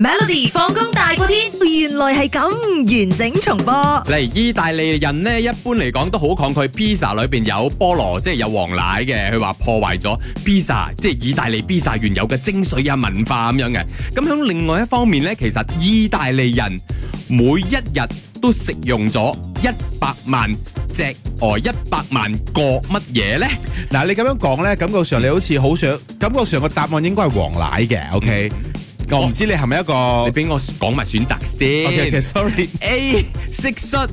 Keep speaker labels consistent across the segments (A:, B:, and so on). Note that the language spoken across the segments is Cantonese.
A: Melody 放工大過天，原來係咁完整重播。
B: 嚟意大利人呢，一般嚟講都好抗拒 pizza 裏邊有菠蘿，即係有黃奶嘅。佢話破壞咗 pizza，即係意大利 pizza 原有嘅精髓啊文化咁樣嘅。咁響另外一方面呢，其實意大利人每一日都食用咗一百萬隻哦一百萬個乜嘢呢？
C: 嗱，你咁樣講呢，感覺上你好似好想，感覺上個答案應該係黃奶嘅，OK？我唔知你係咪一個
B: 你俾我講埋選擇先。
C: ，OK，sorry，
B: A 蟋蟀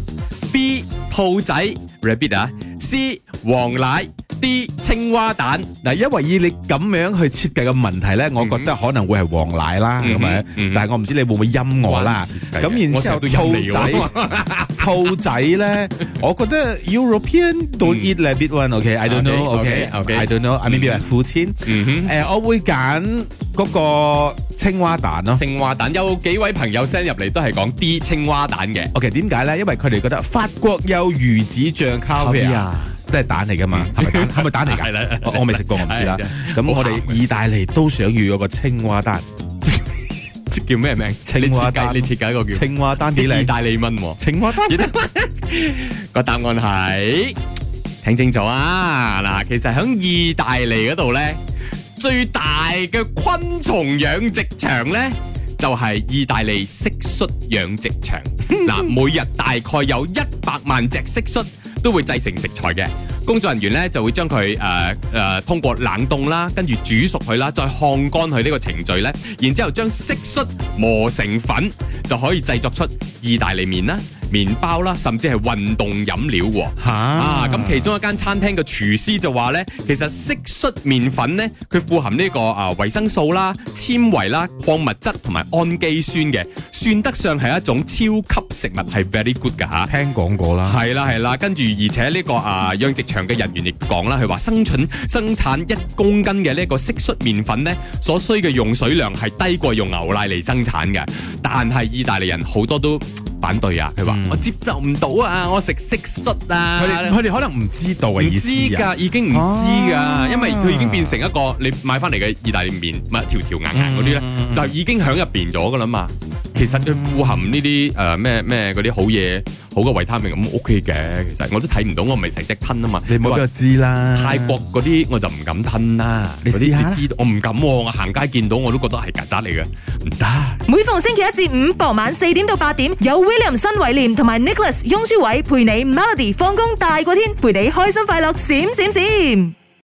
B: ，B 兔仔 rabbit 啊，C 黃奶，D 青蛙蛋。
C: 嗱，因為以你咁樣去設計嘅問題呢，我覺得可能會係黃奶啦，
B: 嗯哼
C: 咁樣
B: 嗯哼，
C: 但係我唔知你會唔會陰我啦
B: 關。設計嘅
C: 咁然之後
B: 啊我成日都陰你
C: 兔仔
B: 喎，
C: 兔仔 呢，我覺得 European don't
B: 嗯
C: eat rabbit one，OK？I don't
B: OK，OK，OK
C: know，OK？I don't know，I maybe I'm 膚淺。
B: 嗯哼，
C: 誒，我會揀嗰個青蛙蛋咯。
B: 青蛙蛋有幾位朋友 send 入嚟都係講 D 青蛙蛋嘅。
C: OK，點解咧？因為佢哋覺得法國有魚子醬卡啡啊，都係蛋嚟噶嘛，係咪嗯 蛋？係咪蛋嚟
B: 係啦
C: 㗎？我我未食過，我唔知啦
B: 係啊。
C: 咁我
B: 好鹹
C: 哋意大利都想要有個青蛙蛋，
B: 即叫咩名？
C: 青蛙蛋
B: 你設計你設計一個叫
C: 青蛙蛋幾
B: 意
C: 靚？
B: 大利蚊喎。
C: 青蛙蛋
B: 個答案係聽清楚啊！嗱，其實喺意大利嗰度呢，最大嘅昆蟲養殖場呢，就係、意大利蟋蟀養殖場。嗱，每日大概有一百萬隻蟋蟀都會製成食材嘅。工作人員呢就會將佢誒誒通過冷凍啦，跟住煮熟佢啦，再烘乾佢呢個程序呢，然之後將蟋蟀磨成粉，就可以製作出意大利麵啦、麵包啦，甚至係運動飲料喎。
C: 嚇
B: 啊！咁其中一間餐廳嘅廚師就話呢，其實蟋蟀麵粉呢，佢富含呢、個啊維生素啦、纖維啦、礦物質同埋氨基酸嘅，算得上係一種超級食物，係 very good 㗎吓。
C: 聽講過啦，
B: 係啦係啦，跟住而且呢、個啊養殖場嘅人員亦講啦，佢話生產生產一公斤嘅呢個蟋蟀麵粉呢，所需嘅用水量係低過用牛奶嚟生產嘅，但係意大利人好多都。反對啊！佢話、
C: 嗯
B: 我接受唔到啊！我食蟋蟀啊！
C: 佢哋佢哋可能唔知道嘅
B: 唔
C: 意
B: 知
C: 思啊。
B: 㗎，已經唔知㗎，
C: 啊
B: 因為佢已經變成一個你買翻嚟嘅意大利麵，咪條條硬硬嗰啲
C: 嗯
B: 咧，就已經喺入邊咗㗎啦嘛。其實佢富含呢啲誒咩咩嗰啲好嘢，好嘅維他命咁 OK 嘅。其實我都睇唔到，我唔係成隻吞啊嘛。
C: 你冇俾
B: 話
C: 我知啦。
B: 泰國嗰啲我就唔敢吞啦，
C: 你
B: 嗰啲
C: 試下
B: 你知道我唔敢喎，我行街見到我都覺得係曱甴嚟嘅，唔得。
A: 每逢星期一至五傍晚四點到八點，有 William 新偉廉同埋 Nicholas 雍舒偉陪你 Melody 放工大過天，陪你開心快樂閃閃閃。